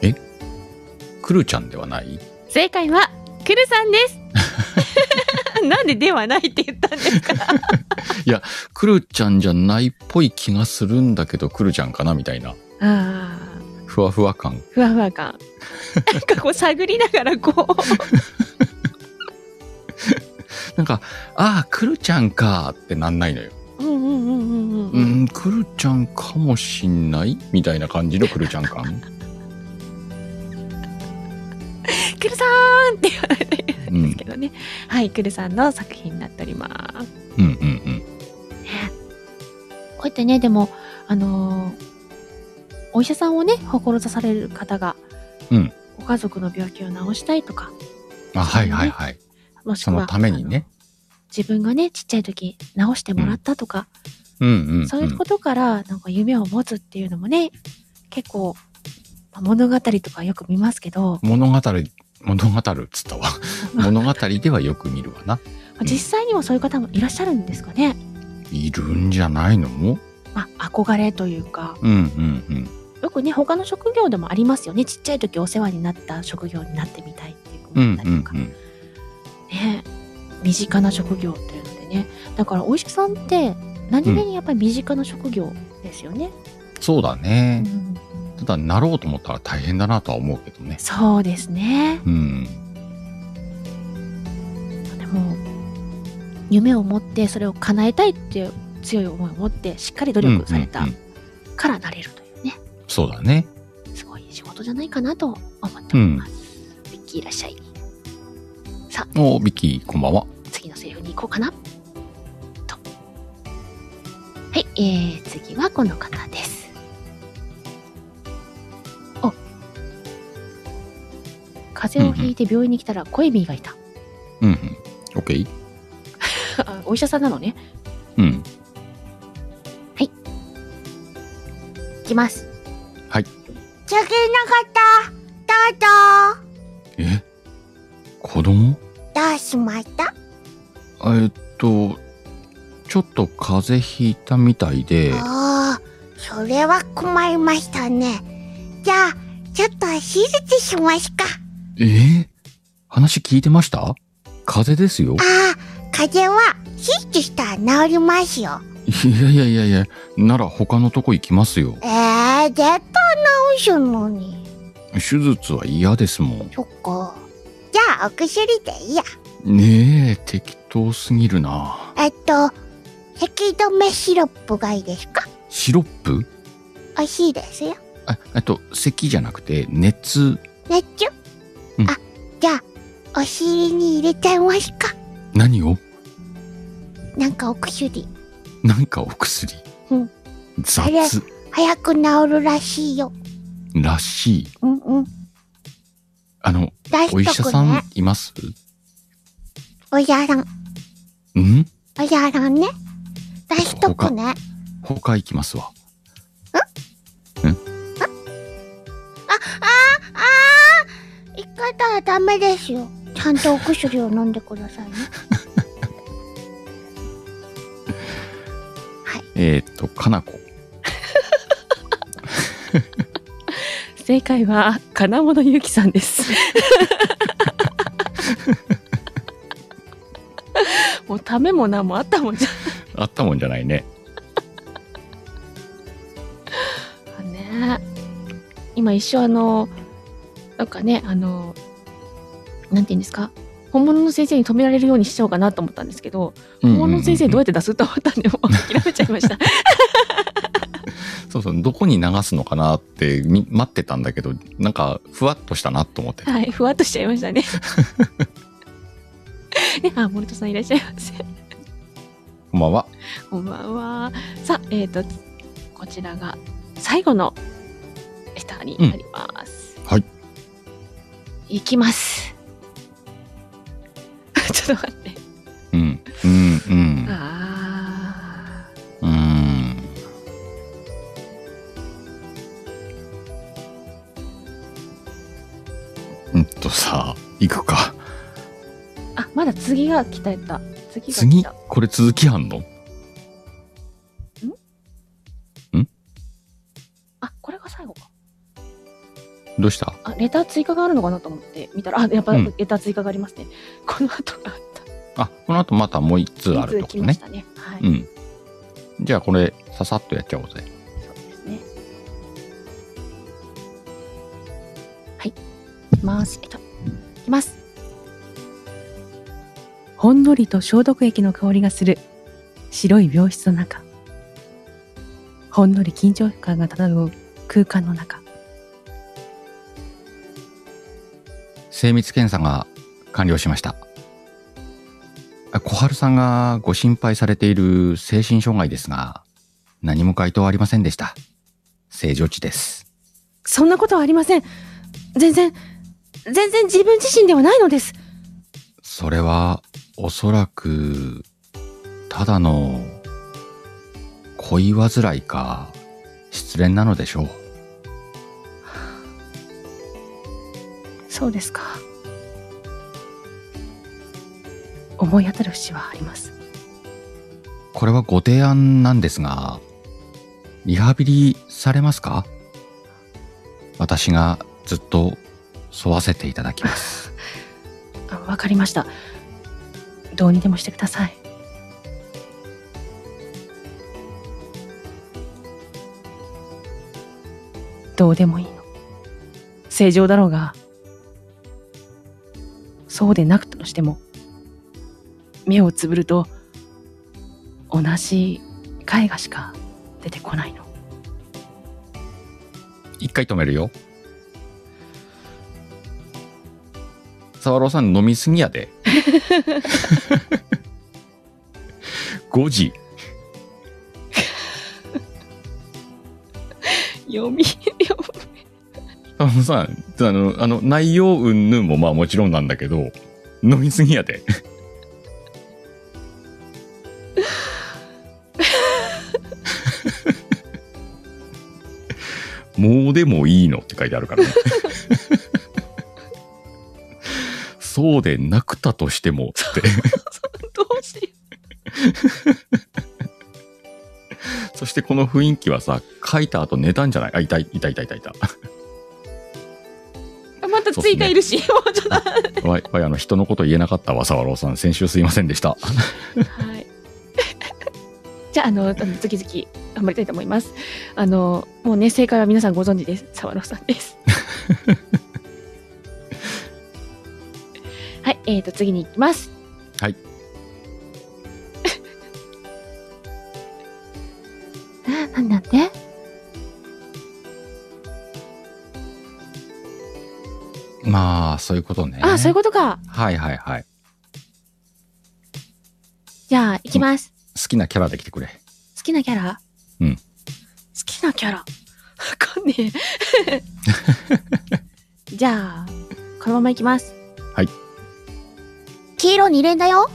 Speaker 1: い
Speaker 2: くるちゃんではない
Speaker 1: 正解はくるさんです なんでではないって言ったんですか
Speaker 2: くるちゃんじゃないっぽい気がするんだけどくるちゃんかなみたいな
Speaker 1: あ
Speaker 2: ふわふわ感
Speaker 1: ーふわふわ感なんかこう探りながらこう
Speaker 2: なんかああくるちゃんかってなんないのよ
Speaker 1: うんうんうんうん
Speaker 2: う
Speaker 1: うん
Speaker 2: んくるちゃんかもしんないみたいな感じのくるちゃん感
Speaker 1: くるさんって言われてるんですけどね、はいくるさんの作品になっております
Speaker 2: うんうんうん
Speaker 1: こうやってねでもあのーお医者さんをね志される方が、
Speaker 2: うん
Speaker 1: ご家族の病気を治したいとか
Speaker 2: あはいはいはい
Speaker 1: もしく
Speaker 2: そ
Speaker 1: は
Speaker 2: のためにね
Speaker 1: あの自分がねちっちゃい時治してもらったとか、
Speaker 2: うんうん、うん、
Speaker 1: そういうことからなんか夢を持つっていうのもね結構まあ物語とかよく見ますけど
Speaker 2: 物語物語るっつった わ物語ではよく見るわなうん
Speaker 1: 実際にもそういう方もいらっしゃるんですかね、
Speaker 2: いるんじゃないの
Speaker 1: まあ、憧れというか
Speaker 2: うんうんうん
Speaker 1: よくね他の職業でもありますよねちっちゃい時お世話になった職業になってみたいっていう子
Speaker 2: う
Speaker 1: もい
Speaker 2: ん
Speaker 1: た
Speaker 2: う
Speaker 1: りと
Speaker 2: ん
Speaker 1: か、
Speaker 2: うん
Speaker 1: ね身近な職業っていうのでねだからお医者さんって何気にやっぱり身近な職業ですよね、
Speaker 2: そうだね
Speaker 1: うん
Speaker 2: ただなろうと思ったら大変だなとは思うけどね
Speaker 1: そうですね
Speaker 2: うん
Speaker 1: でも夢を持ってそれを叶えたいっていう強い思いを持ってしっかり努力され
Speaker 2: う
Speaker 1: た
Speaker 2: んうんうん
Speaker 1: からなれるというね
Speaker 2: そうだね
Speaker 1: すごい仕事じゃないかなと思っております、ビッキーいらっしゃい
Speaker 2: おビッキーこんばんは
Speaker 1: 次のセリフに行こうかなとはい、えー、次はこの方ですお風邪をひいて病院に来たらコエミーがいた、
Speaker 2: うんうんオッケー
Speaker 1: あお医者さんなのね
Speaker 2: うん
Speaker 6: いきます。
Speaker 2: はい。
Speaker 6: じゃけなかった。だだ
Speaker 2: え子供
Speaker 6: どうしました
Speaker 2: えっとちょっと風邪ひいたみたいで
Speaker 6: ああ、それは困りましたね。じゃあ、ちょっと手術しますか。
Speaker 2: えー話聞いてました風邪ですよ
Speaker 6: ああ、風邪は手術したら治りますよ。
Speaker 2: いやいやいやいやなら他のとこ行きますよ
Speaker 6: ええー、絶対治すのに。
Speaker 2: 手術は嫌ですも
Speaker 6: そっか。じゃあ、お薬でいいや。
Speaker 2: んねえ適当すぎるな
Speaker 6: えっと、咳止めシロップがいいですか
Speaker 2: シロップ
Speaker 6: 美味しいですよ。
Speaker 2: あえっと咳じゃなくて熱
Speaker 6: 熱中、
Speaker 2: うん
Speaker 6: あ、じゃあ、お尻に入れちゃいますか。
Speaker 2: 何を
Speaker 6: なんかお薬、
Speaker 2: なんかお薬、
Speaker 6: うんあれ
Speaker 2: 雑
Speaker 6: 早く治るらしいよ。
Speaker 2: らしい
Speaker 6: うんうん。
Speaker 2: あの
Speaker 6: 出しとくね。
Speaker 2: お医者さんいます
Speaker 6: お医者さん。
Speaker 2: ん
Speaker 6: お医者さんね。出しとくね。
Speaker 2: 他行きますわ
Speaker 6: 行かれたらダメですよ。ちゃんとお薬を飲んでくださ いね。
Speaker 2: えーっとかなこ
Speaker 1: 正解は金物ゆきさんです もうためも何もあったもんじ
Speaker 2: あったもんじゃないね
Speaker 1: ゃんね今一生あのなんかねあのなんて言うんですか本物の先生に止められるようにしようかなと思ったんですけど、
Speaker 2: 本
Speaker 1: 本物の先生どうや
Speaker 2: や
Speaker 1: って出すと思ったんでもう諦めちゃいま した
Speaker 2: そうそうどこに流すのかなってみ待ってたんだけどなんかふわっとしたなと思って
Speaker 1: はいふわっとしちゃいました ねねあ森戸さんいらっしゃいませ
Speaker 2: こんばんは
Speaker 1: こんばんは。さあ、えっ、と、こちらが最後のレターになります。
Speaker 2: うんはい。
Speaker 1: いきます。 ちょっと待って。
Speaker 2: うんうんうん
Speaker 1: ああ。
Speaker 2: うーんうんとさ行くか
Speaker 1: あ、まだ次が来たやった。次が来
Speaker 2: 次
Speaker 1: た。
Speaker 2: これ続きあんの
Speaker 1: あ、これが最後か。
Speaker 2: どうした
Speaker 7: あレター追加があるのかなと思って見たらあやっぱ
Speaker 2: うん
Speaker 7: レター追加がありますね、この後があった
Speaker 2: あ、この後またもう一通あ
Speaker 7: い
Speaker 2: るって
Speaker 7: つ
Speaker 2: こ
Speaker 7: 来
Speaker 2: と
Speaker 7: ま
Speaker 2: ね
Speaker 7: し。たねはい、
Speaker 2: うん。じゃあこれ、ささっとやっちゃおうぜ。
Speaker 7: そうですねはいいきますえっと
Speaker 1: いきます。ほんのりと消毒液の香りがする白い病室の中。ほんのり緊張感が漂う空間の中。
Speaker 2: 精密検査が完了しました。あ小春さんがご心配されている精神障害ですが、何も回答ありませんでした。正常値です。
Speaker 1: そんなことはありません。全然、全然自分自身ではないのです。
Speaker 2: それは、おそらく、ただの、恋煩いか、失恋なのでしょう。
Speaker 1: そうですか。思い当たる節はあります。
Speaker 2: これはご提案なんですが、リハビリされますか私がずっと沿わせていただきます。
Speaker 1: あわかりました。どうにでもしてください。どうでもいいの。正常だろうが、そうでなくとしても、目をつぶると、同じ絵画しか出てこないの。
Speaker 2: 一回止めるよ。沢朗さん飲みすぎや で。5時。
Speaker 7: 読み読
Speaker 2: 沢朗さん、あの、あの内容云々もまあもちろんなんだけど、飲みすぎやで。もうでもいいのって書いてあるからね。そうでなくたとしてもって。
Speaker 7: みどうしよ
Speaker 2: そしてこの雰囲気はさ、書いた後寝たんじゃないあ、いたい、いたいたいたいた。
Speaker 7: うあまた追加いるし、も うちょっと
Speaker 2: わい、わい、あの、人のこと言えなかったわ、沢朗さん。先週すいませんでした。
Speaker 7: はい。 じゃあ、あの、あの次々頑張りたいと思います。あの、もうね、正解は皆さんご存知です。沢野さんです。 はい、えーと、次に行きます。
Speaker 2: はい。
Speaker 6: え、なんだって
Speaker 2: まあ、そういうことね。
Speaker 7: あ、そういうことか。
Speaker 2: はいはいはい。
Speaker 7: じゃあ、行きます。
Speaker 2: 好きなキャラで来てくれ。
Speaker 7: 好きなキャラ
Speaker 2: うん
Speaker 7: 好きなキャラわかんね え。じゃあ、このまま行きます。
Speaker 6: 黄色2連だよ。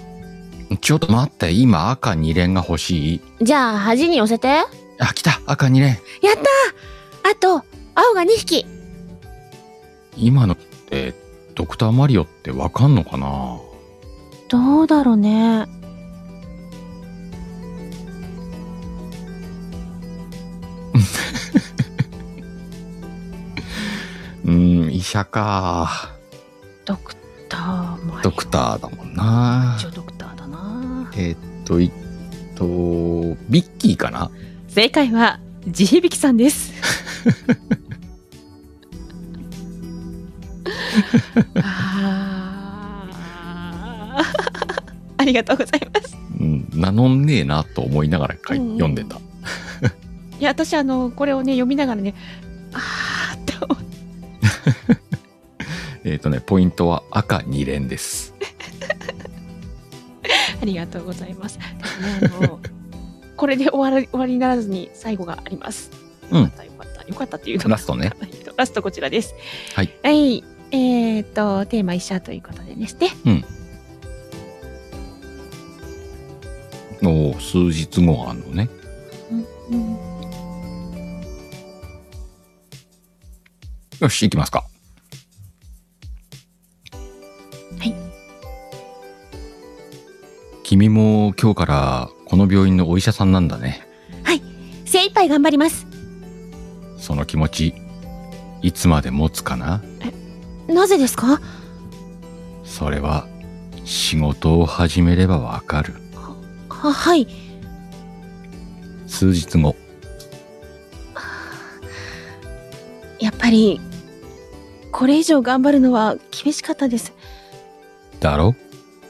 Speaker 2: ちょっと待って、今赤2連が欲しい。
Speaker 6: じゃあ、端に寄せて。やっ
Speaker 2: あ、来た赤2連。
Speaker 6: たあと、青が2匹。
Speaker 2: 今のって、ドクターマリオってわかんのかな
Speaker 1: どうだろうね。
Speaker 2: うん、医者か。
Speaker 1: ドクターマリ
Speaker 2: ドクターだもんな。
Speaker 1: 一応ドクターだな。
Speaker 2: えーっと、えっと、ビッキーかな
Speaker 1: 正解は、地響きさんです。
Speaker 7: あーありがとうございます。
Speaker 2: うん、名乗んねえなと思いながら書い
Speaker 7: うんうん
Speaker 2: 読んでた。
Speaker 7: いや私あのこれをね読みながらねあーって思って
Speaker 2: えーっとね、ポイントは赤2連です。
Speaker 7: ありがとうございます。でもねあのこれで終わり終わりにならずに最後があります。
Speaker 2: うん
Speaker 7: よかったよかったよかったっていうのが
Speaker 2: ラストね。
Speaker 7: ラストこちらです。
Speaker 2: はい。
Speaker 7: はい。えっ、とテーマ医者ということでですね。
Speaker 2: おー数日後あんのね。よし、行きますか。
Speaker 7: はい。
Speaker 2: 君も今日からこの病院のお医者さんなんだね。
Speaker 6: 精一杯頑張ります。
Speaker 2: その気持ち、いつまで持つかな
Speaker 8: なぜですか
Speaker 2: それは仕事を始めればわかる
Speaker 8: は、はい。
Speaker 2: 数日後
Speaker 8: やっぱり、これ以上頑張るのは厳しかったです。
Speaker 2: だろ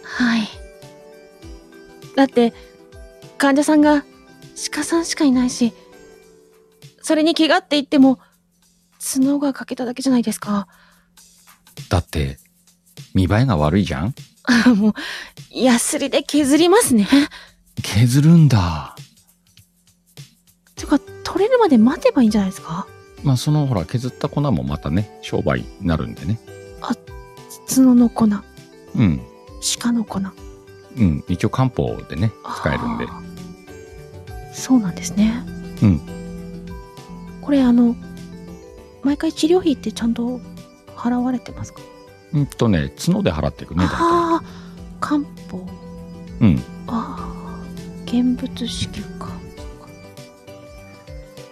Speaker 8: はい。だって、患者さんが鹿さんしかいないし、それに怪我って言っても、角が欠けただけじゃないですか。
Speaker 2: だって見栄えが悪いじゃん
Speaker 8: あもう、ヤスリで削りますね。
Speaker 2: 削るんだ
Speaker 8: てか、取れるまで待てばいいんじゃないですか
Speaker 2: まあそのほら削った粉もまたね商売になるんでね
Speaker 8: 角の粉、
Speaker 2: うん
Speaker 8: 鹿の粉。
Speaker 2: うん一応漢方でね使えるんで
Speaker 8: あーそうなんですね
Speaker 2: うん
Speaker 8: これあの毎回治療費ってちゃんと払われてますか、
Speaker 2: うんとね角で払っていくね大体
Speaker 8: ああ漢方
Speaker 2: うん
Speaker 8: ああ現物支給か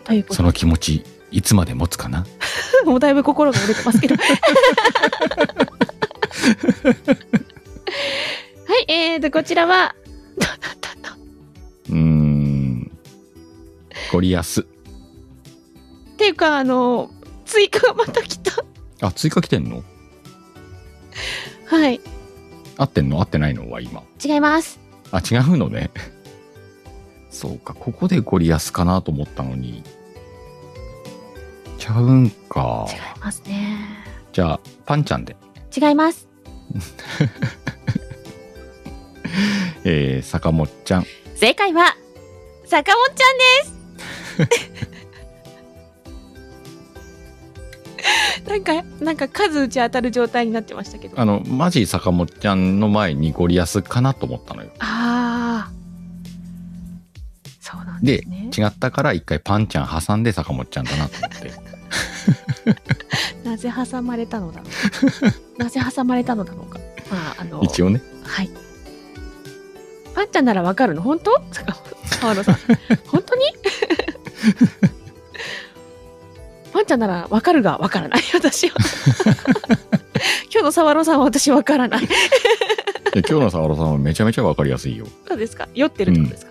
Speaker 8: ということ
Speaker 2: その気持ちいつまで持つかな
Speaker 8: でもうだいぶ心が折れてますけど
Speaker 1: はい、えーと、こちらは、
Speaker 2: うーんゴリアス
Speaker 1: っていうか、あの、追加がまた来た。
Speaker 2: あ追加来てんの
Speaker 1: はい。
Speaker 2: 合ってんの合ってないのは今
Speaker 6: 違います。
Speaker 2: あ違うのね そうかここでゴリアスかなと思ったのにちゃうんか
Speaker 8: 違いますね
Speaker 2: じゃあパンちゃんで、
Speaker 6: 違います。
Speaker 2: えー、坂本ちゃん
Speaker 1: 正解は、坂本ちゃんです なんか、なんか数打ち当たる状態になってましたけど。
Speaker 2: あのマジ坂本ちゃんの前にゴリアスかなと思ったのよ
Speaker 1: ああ。そうなんで
Speaker 2: です
Speaker 1: ね。
Speaker 2: 違ったから一回パンちゃん挟んで坂本ちゃんだなと思って
Speaker 1: なぜ挟まれたのだろう。なぜ挟まれたのだろうか。まあ、あの、
Speaker 2: 一応ね
Speaker 1: はい。パンちゃんならわかるの本当坂本川野さん。本当にパンちゃんならわかるがわからない。私は。今日の沢野さんは私わからない。
Speaker 2: いや今日の沢田さんはめちゃめちゃわかりやすいよ
Speaker 1: どうですか酔ってるってことですか、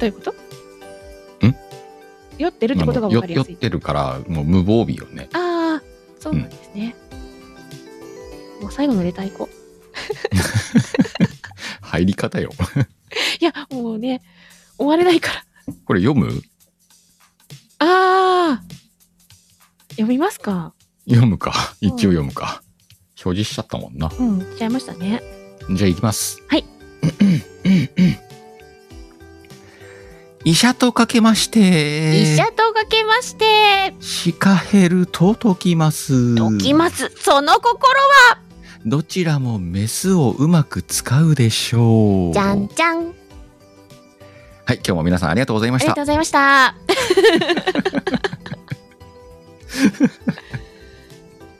Speaker 1: どういうことん酔ってるってことがわ
Speaker 2: よ
Speaker 1: かり
Speaker 2: 酔
Speaker 1: や
Speaker 2: っ
Speaker 1: すい。
Speaker 2: てるからもう無防備よね
Speaker 1: ああ、そうなんですね。もう最後のレター行こう。
Speaker 2: 入り方よ
Speaker 1: いや、もうね、終われないから。
Speaker 2: これ読む
Speaker 1: ああ読みますか
Speaker 2: 読むか一応読むか表示しちゃったもんな
Speaker 1: うん、しちゃいましたね。
Speaker 2: じゃあ行きます。
Speaker 1: はい。
Speaker 2: 医者とかけまして。
Speaker 9: 医者とかけまして、
Speaker 2: シカヘルと解きます。
Speaker 9: 解きます。その心は、
Speaker 2: どちらもメスをうまく使うでしょう。
Speaker 6: じゃんじゃん。
Speaker 2: はい、今日も皆さんありがとうございま
Speaker 9: あ
Speaker 2: し
Speaker 9: りがと
Speaker 2: た
Speaker 9: う。ございました。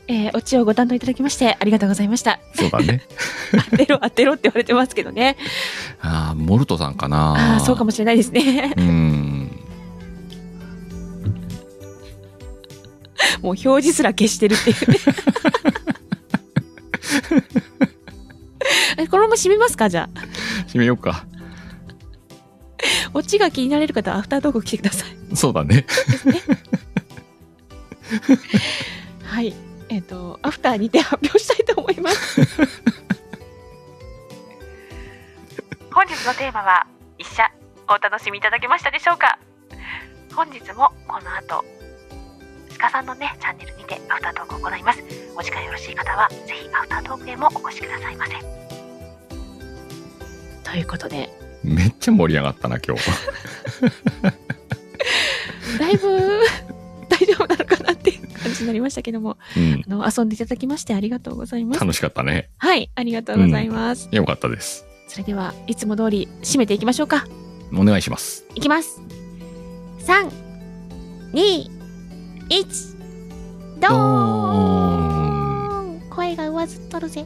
Speaker 1: えー、オチをご担当いただきまして、ありがとうございました。
Speaker 2: そうだね。
Speaker 1: 当てろ、当てろって言われてますけどね。
Speaker 2: ああ、モルトさんか
Speaker 1: あ
Speaker 2: な。
Speaker 1: あー、そうかもしれないですね。
Speaker 2: うーん。
Speaker 1: もう表示すら消してるっていうね。 えこのまま閉めますかじゃあ。
Speaker 2: 閉めようか。
Speaker 1: オチが気になれる方はアフタートーク来てください。
Speaker 2: そうだね。
Speaker 1: はい。えっ、と、アフターにて発表したいと思います。本日のテーマは、医者、お楽しみいただけましたでしょうか本日もこの後、鹿さんのね、チャンネルにてアフタートークを行います。お時間よろしい方は、ぜひアフタートークへもお越しくださいませ。ということで、
Speaker 2: めっちゃ盛り上がったな、今日。
Speaker 1: だいぶ 大丈夫なのかなっていう感じになりましたけども、
Speaker 2: うん。
Speaker 1: あの遊んでいただきましてありがとうございます。
Speaker 2: 楽しかったね。
Speaker 1: はい、ありがとうございます。
Speaker 2: よかったです。
Speaker 1: それではいつも通り締めていきましょうか。
Speaker 2: お願いします。
Speaker 6: いきます。三、二、一、
Speaker 2: ど
Speaker 6: ドーン
Speaker 2: ーん
Speaker 6: 声が上ずっとるぜ。